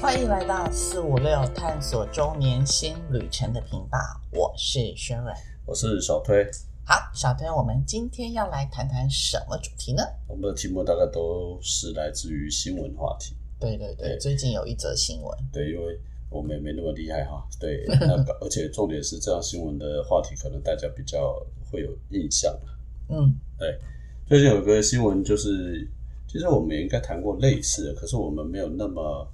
欢迎来到四五六探索周年新旅程的频道，我是 Sharon。我是小推。好，小推，我们今天要来谈谈什么主题呢？我们的题目大概都是来自于新闻话题，对对对，对最近有一则新闻，对，因为我们也没那么厉害哈。 对，那个而且重点是这样新闻的话题，可能大家比较会有印象。嗯，最近有个新闻就是，其实我们也应该谈过类似的，可是我们没有那么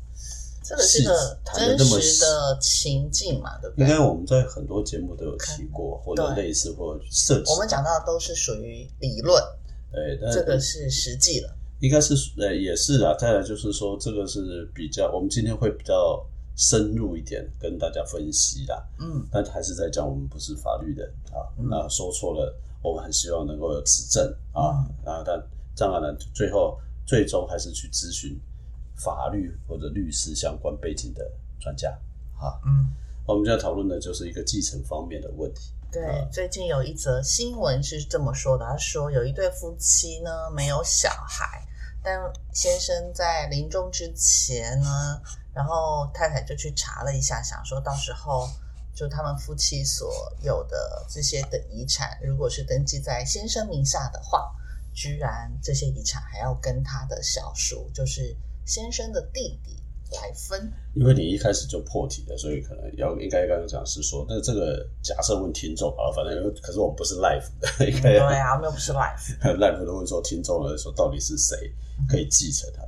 这个是个谈真的那么实的情境嘛，对不应对该？我们在很多节目都有提过，或者对类似或者涉及我。们讲到的都是属于理论，对，但这个是实际了。应该是呃也是啦。再来就是说，这个是比较我们今天会比较深入一点跟大家分析啦。嗯，但还是在讲我们不是法律人啊，嗯那说错了，我们很希望能够有指正啊嗯，然后但当然了，最后最终还是去咨询法律或者律师相关背景的专家啊。嗯，我们今天讨论的就是一个继承方面的问题，对啊，最近有一则新闻是这么说的，他说有一对夫妻呢没有小孩，但先生在临终之前呢，然后太太就去查了一下，想说到时候就他们夫妻所有的这些的遗产，如果是登记在先生名下的话，居然这些遗产还要跟他的小叔，就是先生的弟弟来分。因为你一开始就破题了，所以可能要应该刚刚讲是说，那这个假设问听众好了，反正因为可是我们不是 live 的，应该对要啊，我们又不是 life。 赖普的问说，听众人说到底是谁可以继承他？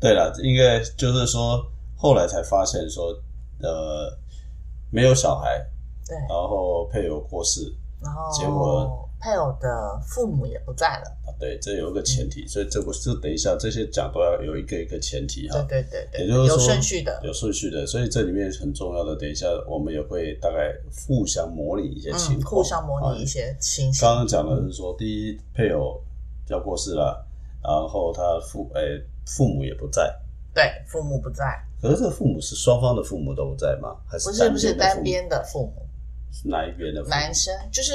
对了，应该就是说后来才发现说，呃，没有小孩，对，然后配偶过世然后结果配偶的父母也不在了。啊，对，这有一个前提，所以这个是等一下这些讲都要有一个一个前提哈对，对对对，也就是说有顺序的。有顺序的，所以这里面很重要的，等一下我们也会大概互相模拟一些情嗯，况，互相模拟一啊些情形。刚刚讲的是说，第一配偶要过世了，然后他父诶、父母也不在，对，父母不在，可是这个父母是双方的父母都在吗？还是不是不是单单边的父母，是哪一边的父母？男生就是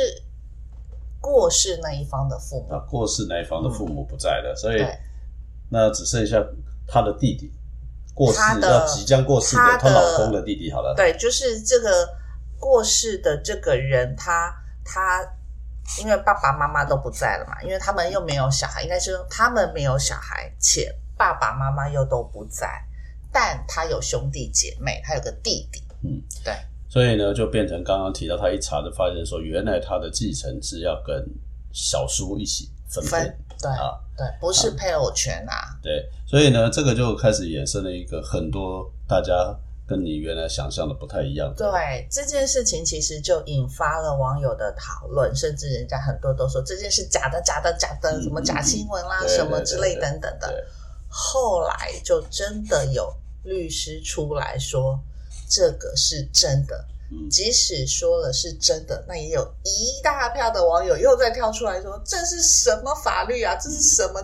过世那一方的父啊母。，过世那一方的父母不在了，所以对，那只剩下他的弟弟过世他的要即将过世的他的她老公的弟弟好了，对，就是这个过世的这个人，他他。因为爸爸妈妈都不在了嘛，因为他们又没有小孩，应该是说他们没有小孩，且爸爸妈妈又都不在，但他有兄弟姐妹，他有个弟弟，嗯，对，所以呢就变成刚刚提到他一查就发现说，原来他的继承是要跟小叔一起分配分对、啊。对，不是配偶权啊，对，所以呢，这个就开始衍生了一个很多大家跟你原来想象的不太一样的。对这件事情，其实就引发了网友的讨论，甚至人家很多都说这件事假的、假的、假的，嗯什么假新闻啦、嗯嗯什么之类对对对等等的。对后来就真的有律师出来说，这个是真的。嗯即使说了是真的，那也有一大票的网友又再跳出来说，这是什么法律啊？这是什么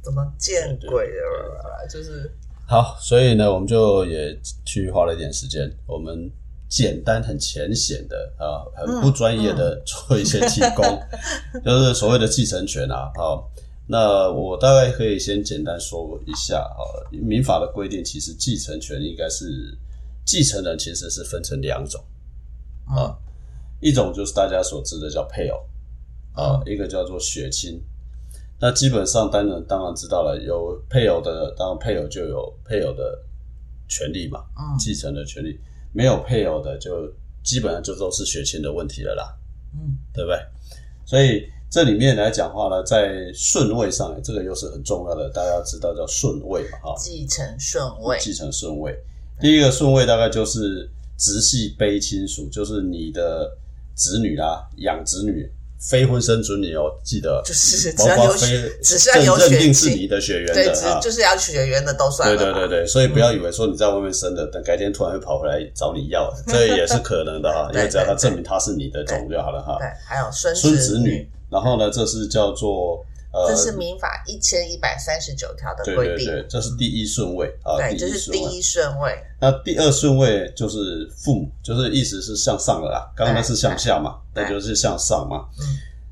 怎么见对对鬼对了？就是好，所以呢，我们就也去花了一点时间，我们简单、很浅显的啊，很不专业的做一些提供，就是所谓的继承权啊，啊。那我大概可以先简单说一下啊，民法的规定其实继承权应该是继承人其实是分成两种。嗯啊，一种就是大家所知的叫配偶，啊，一个叫做血亲。那基本上当然当然知道了，有配偶的，当然配偶就有配偶的权利嘛，嗯继承的权利。没有配偶的就基本上就都是血亲的问题了啦，嗯，对不对？所以这里面来讲话呢，在顺位上，这个又是很重要的，大家知道叫顺位嘛，哈，继承顺位，继承顺位。第一个顺位大概就是直系卑亲属，就是你的子女啦、养子女、非婚生子女哦，记得就是 只包要括有非血，只是要有认血认定是你亲，的血缘对，的只啊。就是要血缘的都算了对吧。对对对，所以不要以为说你在外面生的，等改天突然会跑回来找你要，这也是可能 。的哈对因为只要他对对证明他是你的种就好了哈。对还有孙孙子子女，，然后呢，这是叫做呃，这是民法一千一百三十九条的对规对定，对，这是第一顺位啊，对，第这一是顺第位。一顺位，那第二顺位就是父母，就是意思是向上了啦。刚刚那是向下嘛，对那就是向上嘛。哎嗯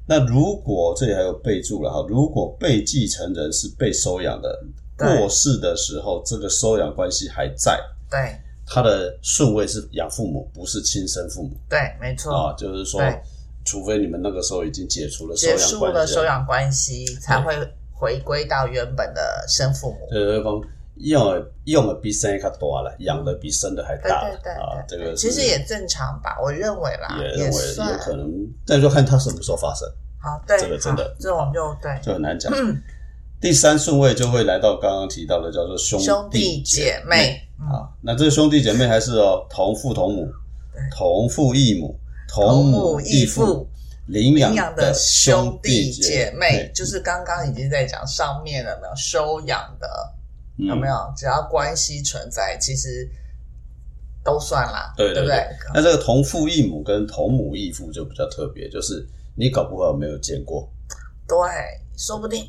那如果这里还有备注了哈，如果被继承人是被收养的，对过世的时候这个收养关系还在，对它的顺位是养父母，不是亲生父母对，没错，啊，就是说嗯对，除非你们那个时候已经解除了收结养束了关系收，养关系，才会回归到原本的生父母。对对方用的用的比生的较大了，养的比生的还对大对对啊，这对个对，其是实也正常吧，我认为啦也，认也为算有可能，但就看它什么时候发生，好，对，这个真的好这我们就对就很难讲。嗯第三顺位就会来到刚刚提到的叫做兄兄弟姐姐妹，嗯啊，那这个兄弟姐妹还是哦同父同母对、同父异母、同母母异异父。领领养养的兄弟弟姐妹，就是刚刚已经在讲上面了，没有收养的，妹有没？嗯有？只要关系存在，其实都算啦，对不对对？嗯那这个同父异母跟同母异父就比较特别，就是你搞不好没有见过，对，说不定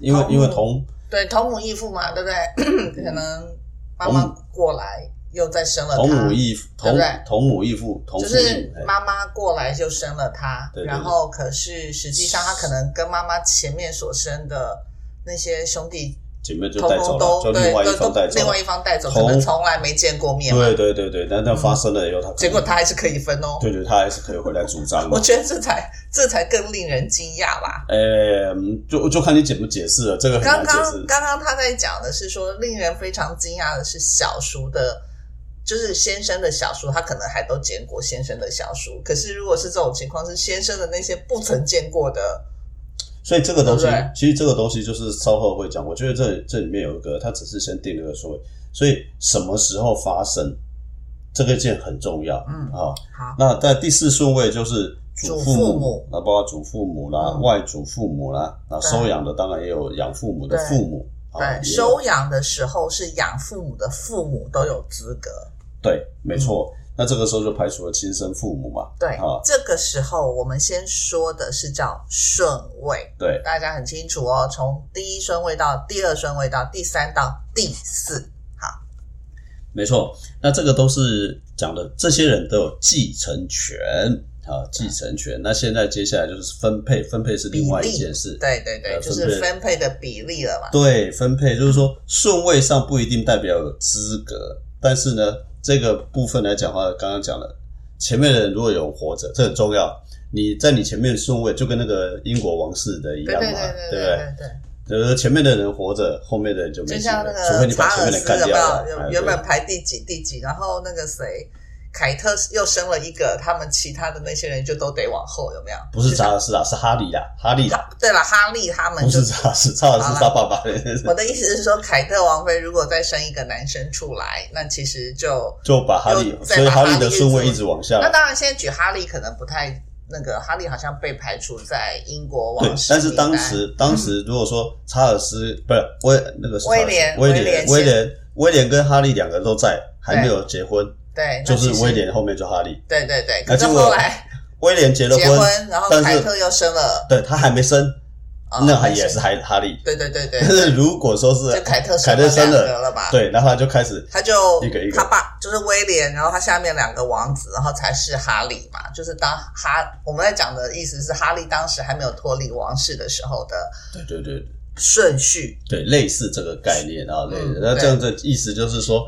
因为嗯同母因为同对同母异父嘛，对不对？可能妈妈过来又再生了他，同母异父对同不对同母异父同就父异是母，嘿哎妈妈过来就生了他，对对然后可是实际上他可能跟妈妈前面所生的那些兄弟姐妹就通带走通都了，就另外一方带对，都走另外了。一方带走，同可能从来没见过面嘛，对对对对，但但发生了以后，他可能结果他还是可以分哦。对对，他还是可以回来主张我的。觉得这才这才更令人惊讶吧。呃，嗯就就看你怎么解释了，这个很刚难解刚释。刚刚他在讲的是说，令人非常惊讶的是小叔的，就是先生的小叔，他可能还都见过先生的小叔，可是如果是这种情况，是先生的那些不曾见过的，所以这个东西对不对，其实这个东西就是稍后会讲。我觉得这这里面有一个，他只是先定了个所谓，所以什么时候发生，这个件很重要。嗯啊、好，那在第四顺位就是祖父祖父母母，那包括祖父母啦、嗯外祖父母啦，那对收养的当然也有养父母的对父母。啊对，也有收养的时候是养父母的父母都有资格，对，没错。嗯那这个时候就排除了亲生父母嘛。对啊，，这个时候我们先说的是叫顺位，对，大家很清楚哦，从第一顺位到第二顺位到第三到第四，没错，那这个都是讲的，这些人都有继承权嗯啊，继承权。那现在接下来就是分配，分配是另外一件事。对对对，呃就是分分配的比例了嘛。对，分配就是说顺位上不一定代表有资格，但是呢，这个部分来讲的话，刚刚讲了，前面的人如果有活着，这很重要。你在你前面顺位就跟那个英国王室的一对样对嘛，对不对？对对就是前面的人活着，后面的人就没就戏了像那，除非个你把查前尔面的人斯干有没掉了。有哎有对原本排第几第几，然后那个谁凯特又生了一个，他们其他的那些人就都得往后，有没有？不是查尔斯啊，是哈利啊，哈利啊。对了，哈利他们不就是查尔斯，查尔斯是他爸爸，我的意思是说，凯特王妃如果再生一个男生出来，那其实就就把哈利，又再所以把哈利哈利的一顺位直一直往下那来。当然，现在举哈利可能不太那个，哈利好像被排除在英国对王，室但是名单当时当时如果说查尔斯不是威那个是查尔斯威廉威威廉廉威廉威廉跟哈利两个人都在，还没有结婚，对，就是那其实威，廉后面就哈利，对对对。那可是结果后来威廉 结了结婚，然后但凯是特又生了，对他还没生，哦那还也是，还哈利。 对对对对但，是如果说是就凯特凯特生生两了，个了吧？，对，然后他就开始他就一个一个他爸就是威廉，然后他下面两个王子，然后才是哈利嘛。就是当哈我们在讲的意思是，哈利当时还没有脱离王室的时候的对对对顺序，对，类似这个概念啊，类似。嗯那对这样的意思就是说，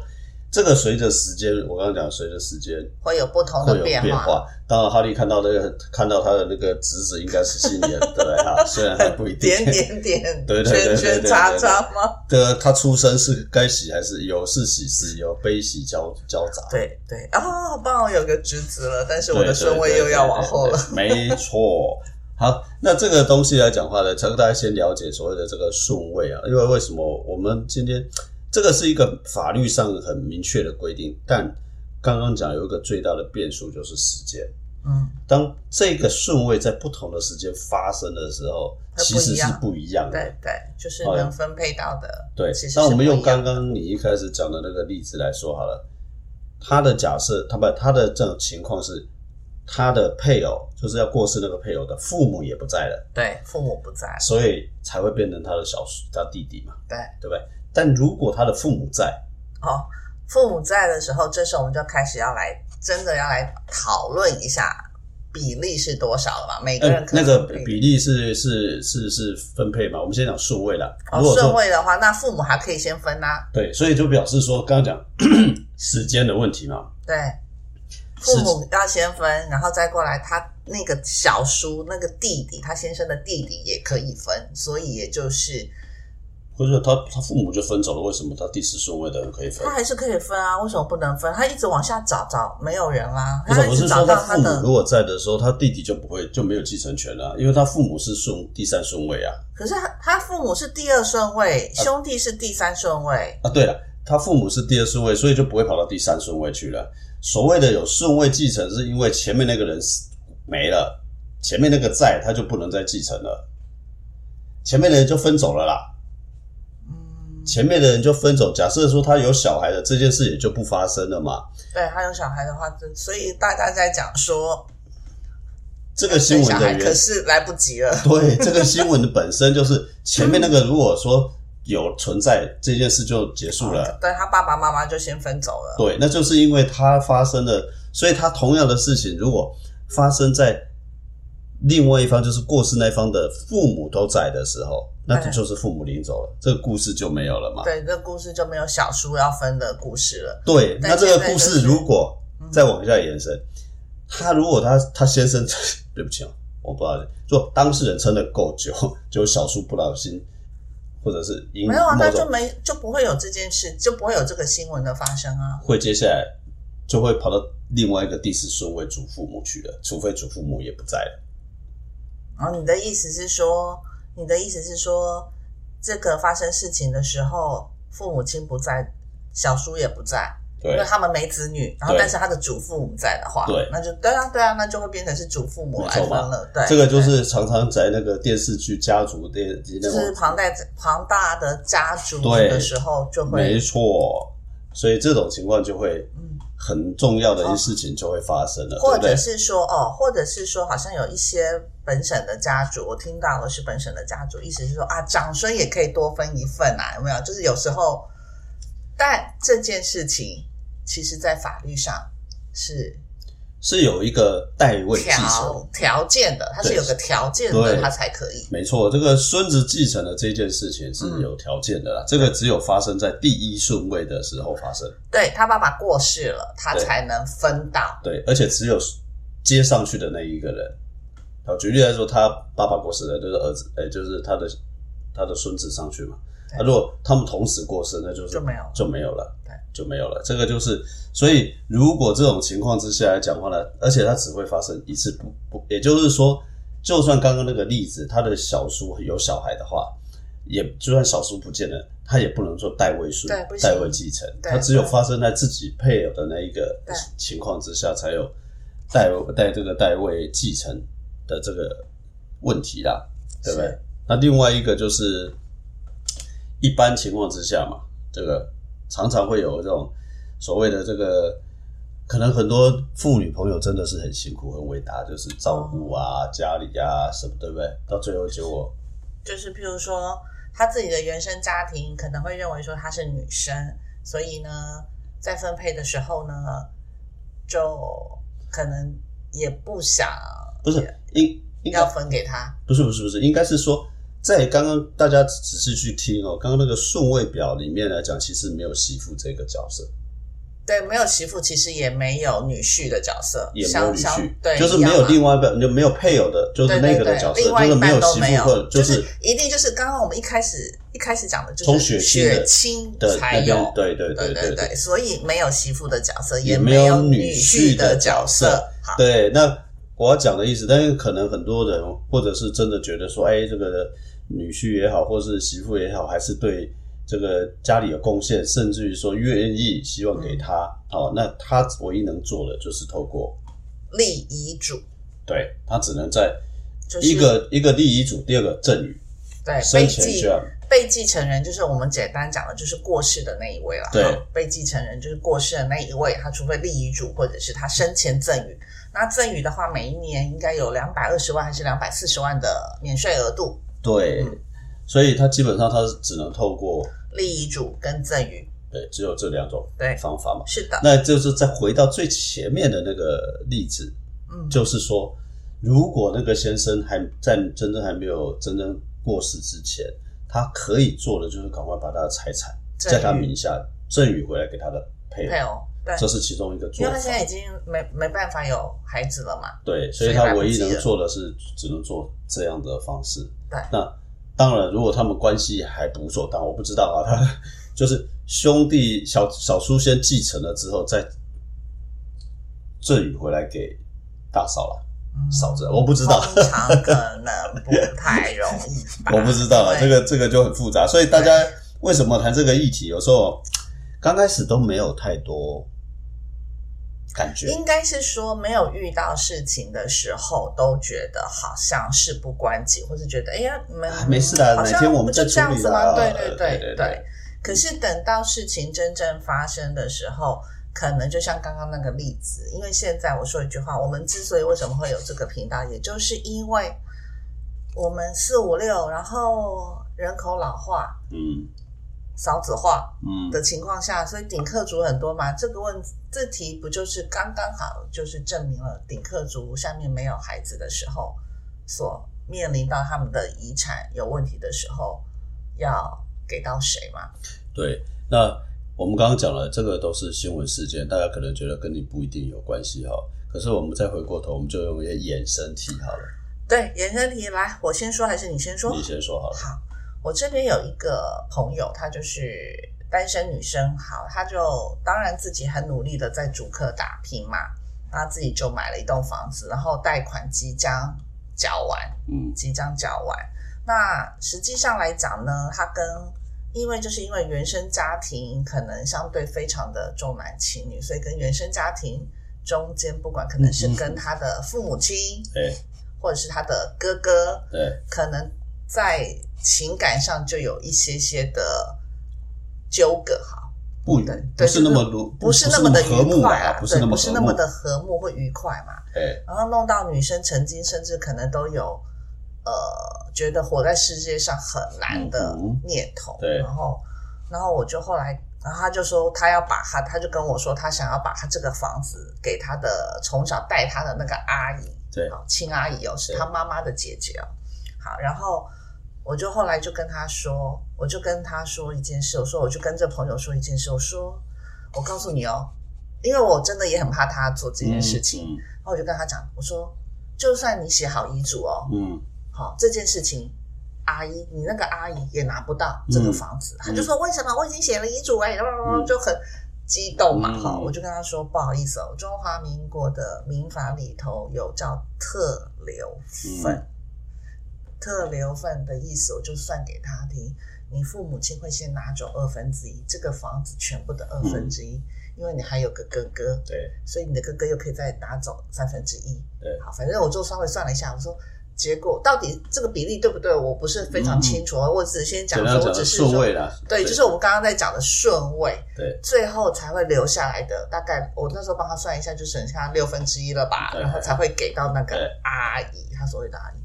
这个随着时间，我刚刚讲随着时间，会有不同会的有变变化。化。当然，哈利看到那个看到他的那个侄子应该是信眼，对不对啊？虽然还不一定， 点 点点，对对对对圈圈叉叉吗？的他出生是该喜还是忧，是喜是忧，悲喜交交杂。对对啊，好棒！有个侄子了，但是对，我的顺位又要往后了。对。对对对没错。好，那这个东西来讲话呢，这个大家先了解所谓的这个顺位啊，因为为什么我们今天这个是一个法律上很明确的规定，但刚刚讲有一个最大的变数就是时间。嗯，当这个顺位在不同的时间发生的时候，它其不一实是样不一样的。对对，就是好呀能分配到的。对其实是那我们用不一样刚刚你一开始讲的那个例子来说好了，他的假设，他不，他的这种情况是，他的配偶就是要过世那个配偶的父母也不在了，对，父母不在，所以才会变成他的小叔，他弟弟嘛，对对不对？但如果他的父母在，哦，父母在的时候，这时候我们就开始要来，真的要来讨论一下比例是多少了嘛？每个人呃可那能个比比例是是是是分配嘛？我们先讲顺位啦。如哦果顺说位的话，那父母还可以先分呐、啊对，所以就表示说，刚刚讲 时间的问题嘛。对，父母要先分，然后再过来他那个小叔、那个弟弟，他先生的弟弟也可以分，所以也就是或者说他他父母就分手了，为什么他第四顺位的人可以分他？还是可以分啊，为什么不能分？他一直往下找找，没有人啦、不他是，一我是直说找他到他父母的，如果在的时候，他弟弟就不会就没有继承权了、因为他父母是顺第三顺位啊。可是他他父母是第二顺位，呃兄弟是第三顺位，啊，对了，他父母是第二顺位，所以就不会跑到第三顺位去了。所谓的有顺位继承，是因为前面那个人死没了，前面那个在，他就不能再继承了，前面的人就分走了啦。嗯，前面的人就分走，假设说他有小孩的这件事也就不发生了嘛。对他有小孩的话，就所以大家在讲说这个新生小闻的孩原可是来不及了， 对，这个新闻的本身就是前面那个，如果说有存在这件事就结束了。对他爸爸妈妈就先分走了，对，那就是因为它发生了，所以它同样的事情如果发生在另外一方，就是过世那一方的父母都在的时候，那就嗯就是父母领走了，这个故事就没有了嘛。对，这故事就没有小叔要分的故事了。对，那但这个现在故就事是如果嗯再往下延伸，他如果他他先生， 对不起啊，我不知道，就当事人撑的够久， 就小叔不小心，或者是因没有啊，某那就种没就不会有这件事，就不会有这个新闻的发生啊。会接下来就会跑到另外一个第四顺位祖父母去了，除非祖父母也不在了。然后你的意思是说，你的意思是说，这个发生事情的时候，父母亲不在，小叔也不在，因对为，他们没子女。然后，对但是他的祖父母在的话，对那就对啊，对啊，那就会变成是祖父母来分了。对，这个就是常常在那个电视剧家族电那对就是种，庞大庞大的家族对的时候就没会，错，所以这种情况就会嗯，很重要的一些事情就会发生了，或对不对者？是说哦，或者是说，好像有一些本省的家族，我听到的是本省的家族，意思是说啊，长孙也可以多分一份啊，有没有？就是有时候，但这件事情其实在法律上是是有一个代位继承。条条件的，它是对有个条件对的，它才可以。没错，这个孙子继承的这件事情是有条件的啦，这个只有发生在第一顺位的时候发生，对他爸爸过世了，他对才能分到。对，而且只有接上去的那一个人。好，举例来说，他爸爸过世了，就是儿子，哎、就是他的他的孙子上去嘛。对那、如果他们同时过世，那就是就没有了就没有了，对，就没有了。这个就是，所以如果这种情况之下来讲话呢，而且它只会发生一次不，不也就是说，就算刚刚那个例子，他的小叔有小孩的话，也就算小叔不见了，他也不能做代位顺对不、行代位继承，对他只有发生在自己配偶的那一个对情况之下，才有代位代这个代位继承的这个问题啦，对不对是？那另外一个就是一般情况之下嘛，这个常常会有这种所谓的这个，可能很多妇女朋友真的是很辛苦、很伟大，就是照顾哦啊、家里啊什么，对不对？到最后结果就是譬如说，他自己的原生家庭可能会认为说她是女生，所以呢，在分配的时候呢，就可能也不想不是应应该要分给他。不是不是不是，应该是说，在刚刚大家仔细去听哦，刚刚那个顺位表里面来讲，其实没有媳妇这个角色，对，没有媳妇，其实也没有女婿的角色，也没有相女相婿，对，就是一没样有嘛另外一半，就没有配偶的，就是对那对个的对，角色，另外就是一没半都媳没妇或者有，就是一定就是刚刚我们一开始一开始讲的，就从是血亲血的亲的才那边有，，对对对对对，所以没有媳妇的角色，也没没有女女婿的的角角色色。好，对，那我要讲的意思，但是可能很多人或者是真的觉得说，哎，这个女婿也好，或是媳妇也好，还是对这个家里有贡献，甚至于说愿意希望给他，哦，那他唯一能做的就是透过，立遗嘱对他只能在就是一个、一个立遗嘱，第二个赠与对生被前继这样，被继承人就是我们简单讲的，就是过世的那一位了。对哈，被继承人就是过世的那一位，他除非立遗嘱或者是他生前赠与。那赠与的话，每一年应该有两百二十万还是两百四十万的免税额度，对，嗯所以他基本上他是只能透过，立遗嘱跟赠与。对，只有这两种对，方法嘛。是的，那就是再回到最前面的那个例子，嗯，就是说，如果那个先生还在真正还没有真正过世之前，他可以做的就是赶快把他的财产在他赠与名下赠与回来给他的配配偶，偶，对，这是其中一个因做为他现在已法。经没没办法有孩子了嘛，对，所所以以他来不唯一及能了做的是只能做这样的方式。对那当然，如果他们关系还不错，但我不知道啊，他 就是兄弟小小叔先继承了之后，再赠与回来给大嫂了。嗯嫂子 我不知道通常可能不太容易吧， 我不知道了，对这个这个就很复杂，所以大家为什么谈这个议题，有时候刚开始都没有太多感觉，应该是说没有遇到事情的时候，都觉得好像事不关己，或是觉得哎呀，没啊没事的，好哪像天我们就再这处样理子啦。吗？对呃对对对。可是等到事情真正发生的时候，可能就像刚刚那个例子，因为现在我说一句话，我们之所以为什么会有这个频道，也就是因为我们四五六，然后人口老化、嗯少子化，嗯，的情况下，所以顶客族很多嘛。这个问这题不就是刚刚好，就是证明了顶客族下面没有孩子的时候，所面临到他们的遗产有问题的时候，要给到谁嘛？对。那我们刚刚讲了，这个都是新闻事件，大家可能觉得跟你不一定有关系哈。可是我们再回过头，我们就用一些延伸题好了，对，延伸题来，我先说还是你先说？你先说好了。好，我这边有一个朋友，她就是单身女生，好，她就当然自己很努力的在主客打拼嘛，她自己就买了一栋房子，然后贷款即将缴完，嗯即将缴完。那实际上来讲呢，他跟因为就是因为原生家庭可能相对非常的重男轻女，所以跟原生家庭中间不管可能是跟嗯他的父母亲，哎或者是他的哥哥，对可能在情感上就有一些些的纠葛哈，不对不对是那么就是如不是那么的和愉睦快啦，啊，不是对，那么不是那么和睦的和睦或愉快嘛，哎然后弄到女生曾经甚至可能都有呃觉得活在世界上很难的念头，嗯对然后然后我就后来，然后他就说他要把他，他就跟我说他想要把他这个房子给他的从小带他的那个阿姨，对好亲阿姨哦，是对他妈妈的姐姐哦，好，然后。我就后来就跟他说，我就跟他说一件事，我说我就跟这朋友说一件事，我说我告诉你哦，因为我真的也很怕他做这件事情，嗯然后我就跟他讲，我说，就算你写好遗嘱哦，嗯好、这件事情，阿姨，你那个阿姨也拿不到这个房子。他就说为什么？我已经写了遗嘱哎、嗯就很激动嘛嗯哈、我就跟他说不好意思哦，中华民国的民法里头有叫特留嗯份。特留份的意思，我就算给他听。你父母亲会先拿走二分之一，这个房子全部的二嗯分之一，因为你还有个哥哥，对所以你的哥哥又可以再拿走三分之一。对好，反正我就稍微算了一下，我说结果到底这个比例对不对？我不是非常清楚，我只是先讲嗯简说，单我讲只的是顺说位，啦，对，就是我们刚刚在讲的顺位，对最后才会留下来的。大概我那时候帮他算一下，就剩下六分之一了吧，对然后才会给到那个对阿姨，他所谓的阿姨。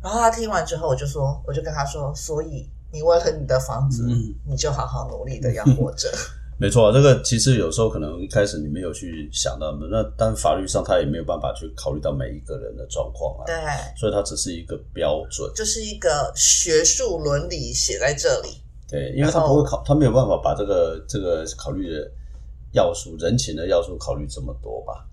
然后他听完之后，我就说，我就跟他说，所以你为了你的房子，嗯你就好好努力的要活 着。没错，啊这个其实有时候可能一开始你没有去想到，那但法律上他也没有办法去考虑到每一个人的状况啊，对，所以它只是一个标准，就是一个学术伦理写在这里。对，因为他然后不会考，他没有办法把这个这个考虑的要素、人情的要素考虑这么多吧，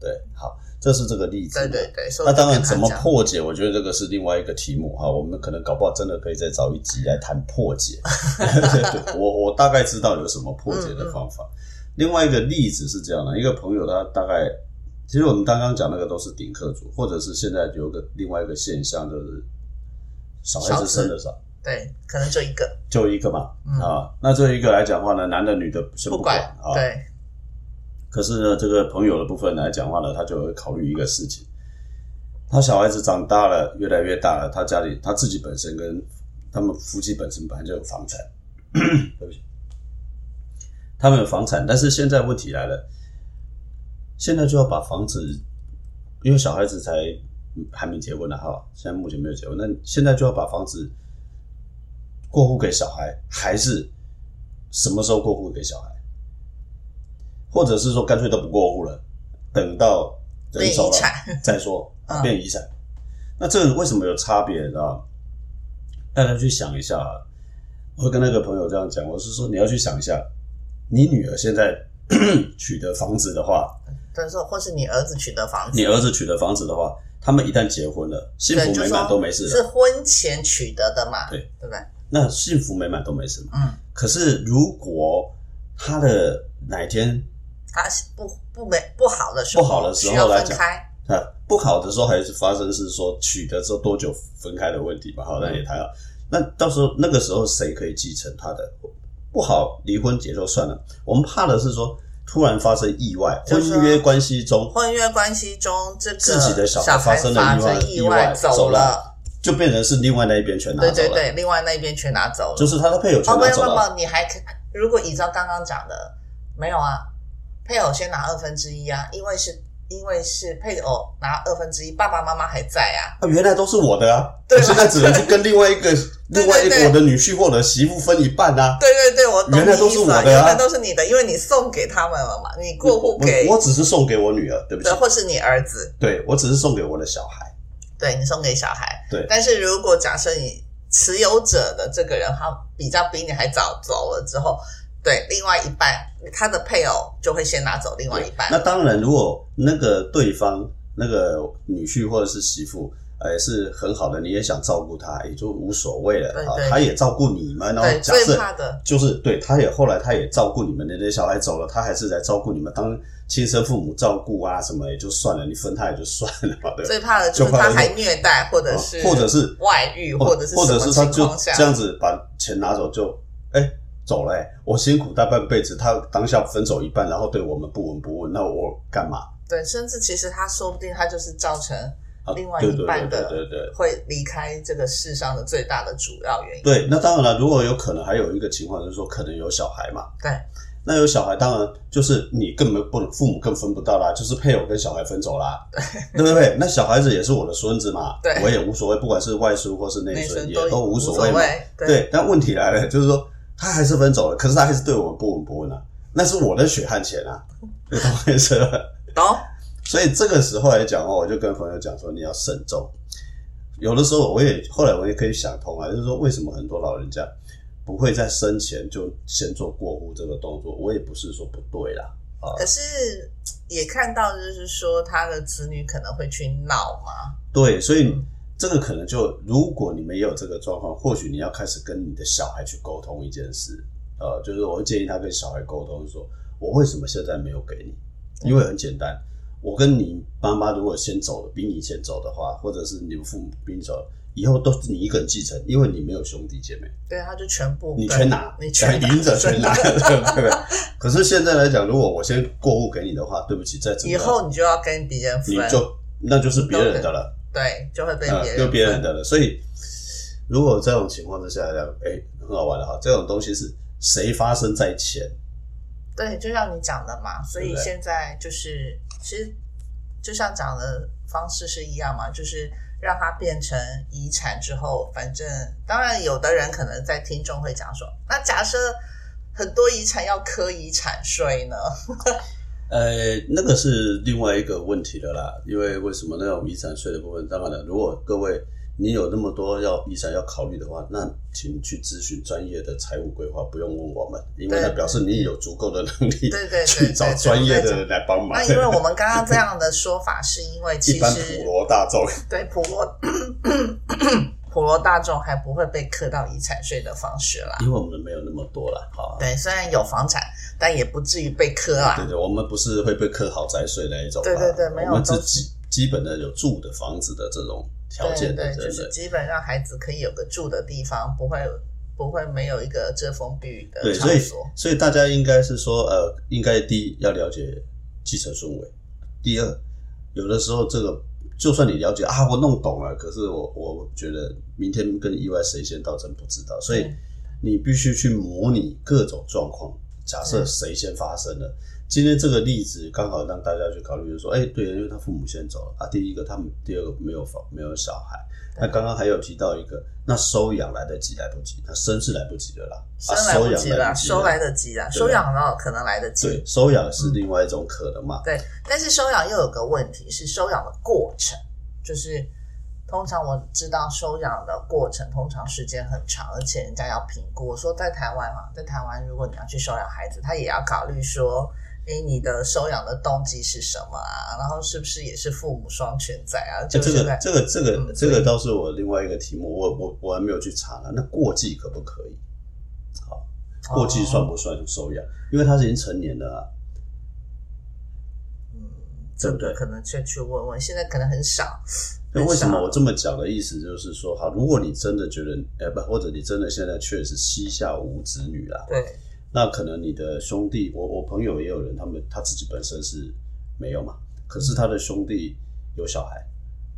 对，好，这是这个例子嘛，对对对，所以那我就当然，跟他怎么讲破解？我觉得这个是另外一个题目哈。我们可能搞不好真的可以再找一集来谈破解。 对我我大概知道有什么破解的方法。嗯另外一个例子是这样的，一个朋友他大概，其实我们刚刚讲那个都是顶客族，或者是现在有个另外一个现象就是小孩少子子生的少，对，可能就一个，就一个嘛、嗯啊。那这一个来讲的话呢，男的女的先不管管啊。对，可是呢，这个朋友的部分来讲话呢，他就会考虑一个事情：他小孩子长大了，越来越大了，他家里他自己本身跟他们夫妻本身本来就有房产， 对不起，他们有房产，但是现在问题来了，现在就要把房子，因为小孩子才还没结婚呢、哈，现在目前没有结婚，那现在就要把房子过户给小孩，还是什么时候过户给小孩？或者是说干脆都不过户了，等到人变手遗了产，再说啊嗯变遗产。那这个为什么有差别？你知道吗？大家去想一下啊。我会跟那个朋友这样讲，我是说你要去想一下，你女儿现在 取得房子的话，但是或是你儿子娶的房子，你儿子娶的房子的话，他们一旦结婚了，幸对福就美说满都没事是了。婚前取得的嘛？对，对不对？那幸福美满都没事嘛？嗯，可是如果他的哪天他不不没不好的时候，不好的时候需要来分讲开，啊不好的时候，还是发生是说取得之后多久分开的问题吧？嗯好，那也谈了。那到时候那个时候谁可以继承他的？不好离婚也就算了，我们怕的是说突然发生意外，就婚是约关系中婚约关系中这个自己的小小孩发生了意外发生意意外走走了就变成是另外那一边全拿对走对了，对，另外那边全拿走了，就是他的配偶哦全不拿不走了。不，你还可如果依照刚刚讲的，没有啊，配偶先拿二分之一啊，因为是因为是配偶拿二分之一，爸爸妈妈还在啊，啊，原来都是我的啊，对我现在只能去跟另外一个 对另外一对对个我的女婿或者媳妇分一半啊。对对对，我懂原来都你意是思啊，我的啊原来都是你的，因为你送给他们了嘛，你过户给我，我只是送给我女儿，对不起对，，或是你儿子，对我只是送给我的小孩。对你送给小孩，对但是如果假设你持有者的这个人他比较比你还早走了之后，对，另外一半他的配偶就会先拿走另外一半那，当然，如果那个对方那个女婿或者是媳妇，呃，是很好的，你也想照顾他，也就无所谓了对啊对。他也照顾你们哦。对，假最设怕的，就是对，他也后来他也照顾你们，那些小孩走了，他还是来照顾你们，当亲生父母照顾啊什么也就算了，你分他也就算了嘛，对吧。最怕的就是就他怕的是还虐待或者啊是或者是外遇或者是或什么者是他情就况下这样子把钱拿走就，哎走了、哎，我辛苦大半辈子，他当下分走一半，然后对我们不闻不问，那我干嘛对，甚至其实他说不定他就是造成啊？另外对一对半对的对对对。会离开这个世上的最大的主要原因。对，那当然了，如果有可能，还有一个情况就是说，可能有小孩嘛。对那有小孩，当然就是你根本不能，父母更分不到啦，就是配偶跟小孩分走 啦，对不对？那小孩子也是我的孙子嘛，对我也无所谓，不管是外孙或是内内孙，孙也都都无无所所谓嘛。对对，但问题来了，就是说他还是分走了，可是他还是对我们不闻不问啊，那是我的血汗钱啊，你懂我意思吗？ 懂？所以这个时候来讲哦，我就跟朋友讲说你要慎重。有的时候我也后来我也可以想通啊，就是说为什么很多老人家不会在生前就先做过户这个动作？我也不是说不对啦，可是也看到，就是说他的子女可能会去闹嘛，对，所以嗯这个可能就如果你们也有这个状况，或许你要开始跟你的小孩去沟通一件事，呃，就是我会建议他跟小孩沟通说，我为什么现在没有给你？因为很简单，我跟你妈妈如果先走了，比你先走的话，或者是你父母比你走了，以后都是你一个人继承，因为你没有兄弟姐妹，对，他就全部你跟全拿，你全拿 赢者全拿，真的对不对？可是现在来讲，如果我先过户给你的话，对不起，在整个以后你就要跟别人分你，就那就是别人的了。对，就会被呃别人就分别人的了。所以，如果这种情况之下来讲，哎、很好玩的哈。这种东西是谁发生在前？对，就像你讲的嘛，所以对不对现在就是其实就像讲的方式是一样嘛，就是让它变成遗产之后，反正当然有的人可能在听众会讲说，那假设很多遗产要科遗产税 呢？呃，那个是另外一个问题了啦。因为为什么那种遗产税的部分？当然了，如果各位你有那么多要遗产要考虑的话，那请去咨询专业的财务规划，不用问我们，因为那对表示你有足够的能力对 对对去找对对专业对的人来帮忙那。因为我们刚刚这样的说法，是因为 一其般实普罗大众，对普罗 普罗大众还不会被课到遗产税的方式啦。因为我们没有那么多了，好、对，虽然有房产，但也不至于被啊课啦。对对，我们不是会被课豪宅税那一种啊，对对对没有我们都自己基本的有住的房子的这种条件的，对对对，对就是基本让孩子可以有个住的地方，不会不会没有一个遮风避雨的对，场所以所。所以大家应该是说，呃，应该第一要了解继承顺位，第二，有的时候这个就算你了解啊，我弄懂了，可是我我觉得明天跟意外谁先到真不知道，所以嗯你必须去模拟各种状况，假设嗯谁先发生了。今天这个例子刚好让大家去考虑，就是说，哎、对，因为他父母先走了啊，第一个他们，第二个没有房，没有小孩，那刚刚还有提到一个，那收养来得及来不及？那生是来不及的啦，生啊来收不养及来啦，不及收来得及啦，对收养呢可能来得及对，，收养是另外一种可能嘛。对。但是收养又有个问题是收养的过程，就是通常我知道收养的过程通常时间很长，而且啊人家要评估。我说在台湾嘛，在台湾如果你要去收养孩子，他也要考虑说诶，你的收养的动机是什么啊？然后是不是也是父母双全在啊？哎这就现个在这个这个嗯这个倒是我另外一个题目，我我我还没有去查呢。那过继可不可以？好，哦过继算不算收养？因为他是已经成年了啊。对这不对个可能再去问问，现在可能很少。那为什么很少我这么讲的意思就是说，好，如果你真的觉得，呃，不，或者你真的现在确实膝下无子女啦，对，那可能你的兄弟，我我朋友也有人，他们他自己本身是没有嘛，可是他的兄弟有小孩，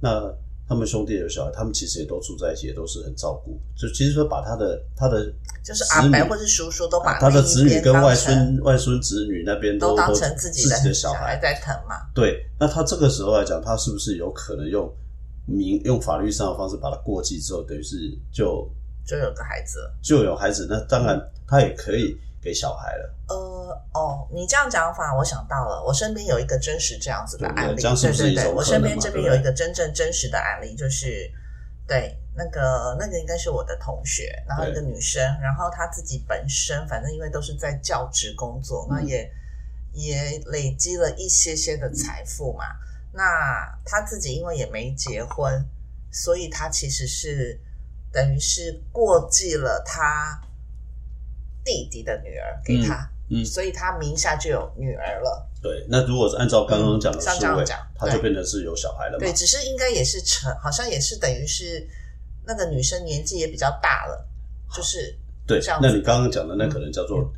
那他们兄弟有小孩，他们其实也都住在一起，也都是很照顾，就其实说把他的他的就是子阿女伯或是叔叔都把他的那一子女边跟当外成孙外孙子女那边都都当成自己的小孩孩，在疼嘛。对，那他这个时候来讲，他是不是有可能用民用法律上的方式把它过继之后，等于是就就有个孩子了，就有孩子？那当然，他也可以给小孩了，呃，哦，你这样讲法，我想到了，我身边有一个真实这样子的对不对案例，这样是对不是对一种对，可我身边能嘛这边对不有对一个真正真实的案例，就是对那个那个应该是我的同学，然后一个女生，然后她自己本身反正因为都是在教职工作，那嗯也、也累积了一些些的财富嘛，那她自己因为也没结婚，所以她其实是等于是过继了她弟弟的女儿给她。嗯嗯所以她名下就有女儿了。对，那如果是按照刚刚讲的嗯思像这样维，讲他就变成是有小孩了嘛对，？只是应该也是成，好像也是等于是那个女生年纪也比较大了，就是对这样，子那你刚刚讲的那可能叫做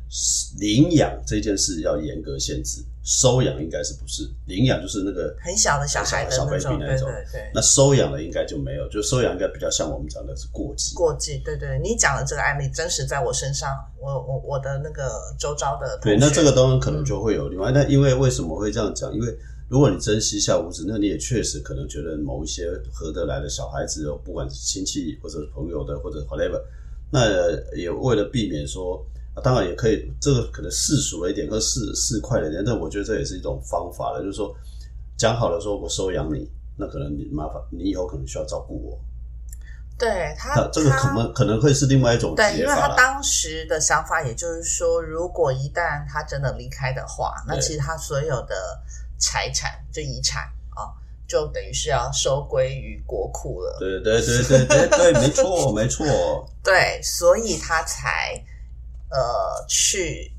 领养这件事要严格限制，收养应该是不是？领养就是那个很小的小孩的小那 baby 种，那对种，对对。那收养的应该就没有，就收养应该比较像我们讲的是过继。过继，对对，你讲的这个案例真实在我身上，我我我的那个周遭的同对，学，那这个当然可能就会有另外。那、因为为什么会这样讲？因为如果你真膝下无子，那你也确实可能觉得某一些合得来的小孩子，哦，不管是亲戚或者是朋友的或者 whatever，那呃也为了避免说，啊、当然也可以，这个可能世俗了一点，和世世快了一点，但我觉得这也是一种方法了，就是说讲好了说我收养你，那可能你麻烦你以后可能需要照顾我，对他那这个可他能可能会是另外一种啊对，因解为法他了。当时的想法，也就是说，如果一旦他真的离开的话，那对其实他所有的财产就遗产啊、哦就等于是要收归于国库了。对对对对对对，没错没错，对，所以他才呃去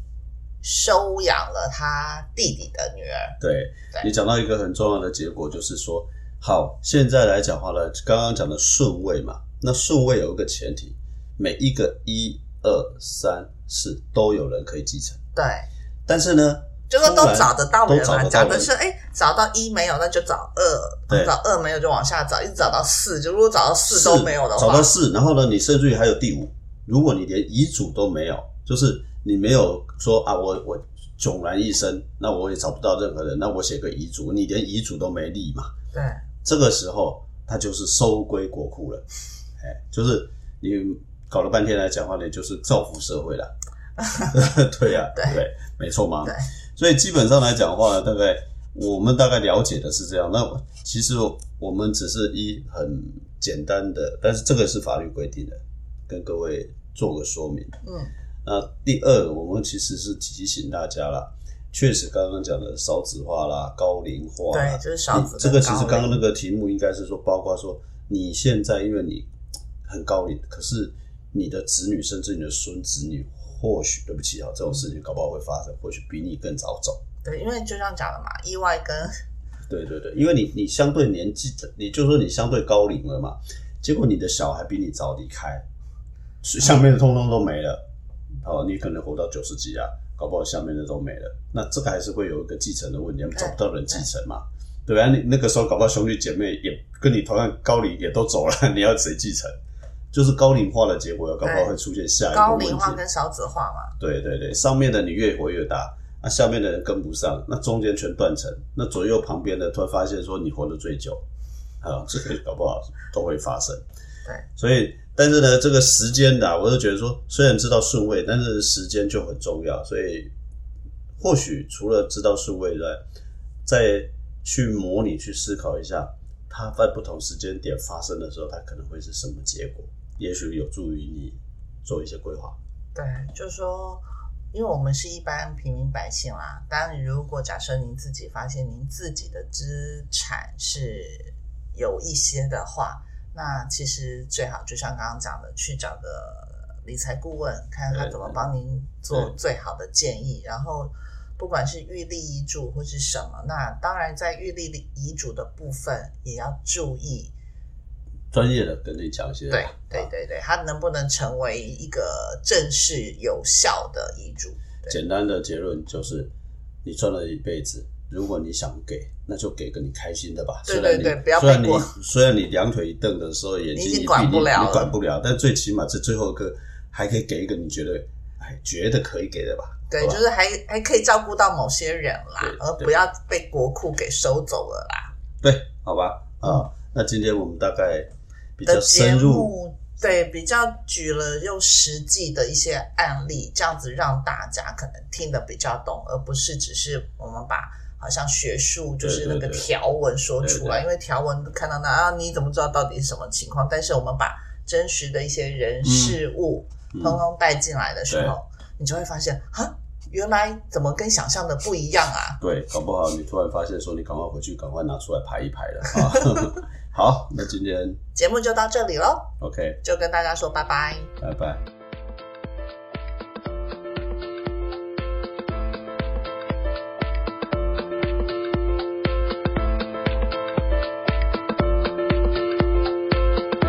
收养了他弟弟的女儿。对对你讲到一个很重要的结果，就是说，好，现在来讲话呢，刚刚讲的顺位嘛，那顺位有一个前提，每一个一二三四都有人可以继承，对，但是呢，就说突都然找得到都人找嘛，得讲到的人是哎，找到一没有，那就找二，对找二没有就往下找，一直找到四，就如果找到四都没有的找话到，四，然后呢，你甚至于还有第五，如果你连遗嘱都没有，就是你没有说啊，我我迥然一身，那我也找不到任何人，那我写个遗嘱，你连遗嘱都没立嘛，对这个时候它就是收归国库了，哎，就是你搞了半天来讲话呢，就是造福社 会了。对呀、对对，没错嘛对。所以基本上来讲的话呢，大概我们大概了解的是这样。那其实我们只是一很简单的，但是这个是法律规定的，跟各位做个说明。嗯，那第二，我们其实是提醒大家啦，确实刚刚讲的少子化啦、高龄化啦对，，就是少子跟你这个其实高刚龄刚那个题目应该是说，包括说你现在因为你很高龄，可是你的子女甚至你的孙子女，或许对不起啊，这种事情搞不好会发生，或许比你更早走。对，因为就像讲的嘛，意外跟对对对，因为你你相对年纪，你就说你相对高龄了嘛，结果你的小孩比你早离开，所以下面的通通都没了。哦，你可能活到九十几啊，搞不好下面的都没了。那这个还是会有一个继承的问题，找不到人继承嘛，对啊，你那个时候搞不好兄弟姐妹也跟你同样高龄也都走了， 你要谁继承？就是高龄化的结果，搞不好会出现下一个高问题。龄化跟少子化嘛，对对对，上面的你越活越大，那、下面的人跟不上，那中间全断层，那左右旁边的突然发现说你活得最久，啊，这个搞不好都会发生。对，所以但是呢，这个时间的啊、我就觉得说，虽然知道顺位，但是时间就很重要，所以或许除了知道顺位以外，再去模拟去思考一下，它在不同时间点发生的时候，它可能会是什么结果，也许有助于你做一些规划。对，就是说，因为我们是一般平民百姓啦。当然，如果假设您自己发现您自己的资产是有一些的话，那其实最好就像刚刚讲的，去找个理财顾问，看他怎么帮您做最好的建议。然后，不管是预立遗嘱或是什么，那当然在预立遗嘱的部分也要注意。专业的跟你讲一些，对对对对，它能不能成为一个正式有效的遗嘱？对简单的结论就是，你赚了一辈子，如果你想给，那就给个你开心的吧。对虽然对你对不要虽然背你锅 虽然你两腿一蹬的时候，眼睛已经一闭，管不了你了你管不了，但最起码这最后一个还可以给一个你觉得，哎，觉得可以给的吧。对，好就吧是还还可以照顾到某些人啦对，而对不要被国库给收走了啦。对，好吧，嗯啊，那今天我们大概比较深的节入，目，对，比较举了又实际的一些案例，这样子让大家可能听得比较懂，而不是只是我们把好像学术就是那个对对对条文说出来，对对因为条文看到那啊，你怎么知道到底是什么情况？但是我们把真实的一些人事物、嗯通通带进来的时候，你就会发现啊，原来怎么跟想象的不一样啊！对，搞不好你突然发现说你赶快回去，赶快拿出来排一排了啊。好，那今天节目就到这里喽， OK，就跟大家说拜拜。拜拜。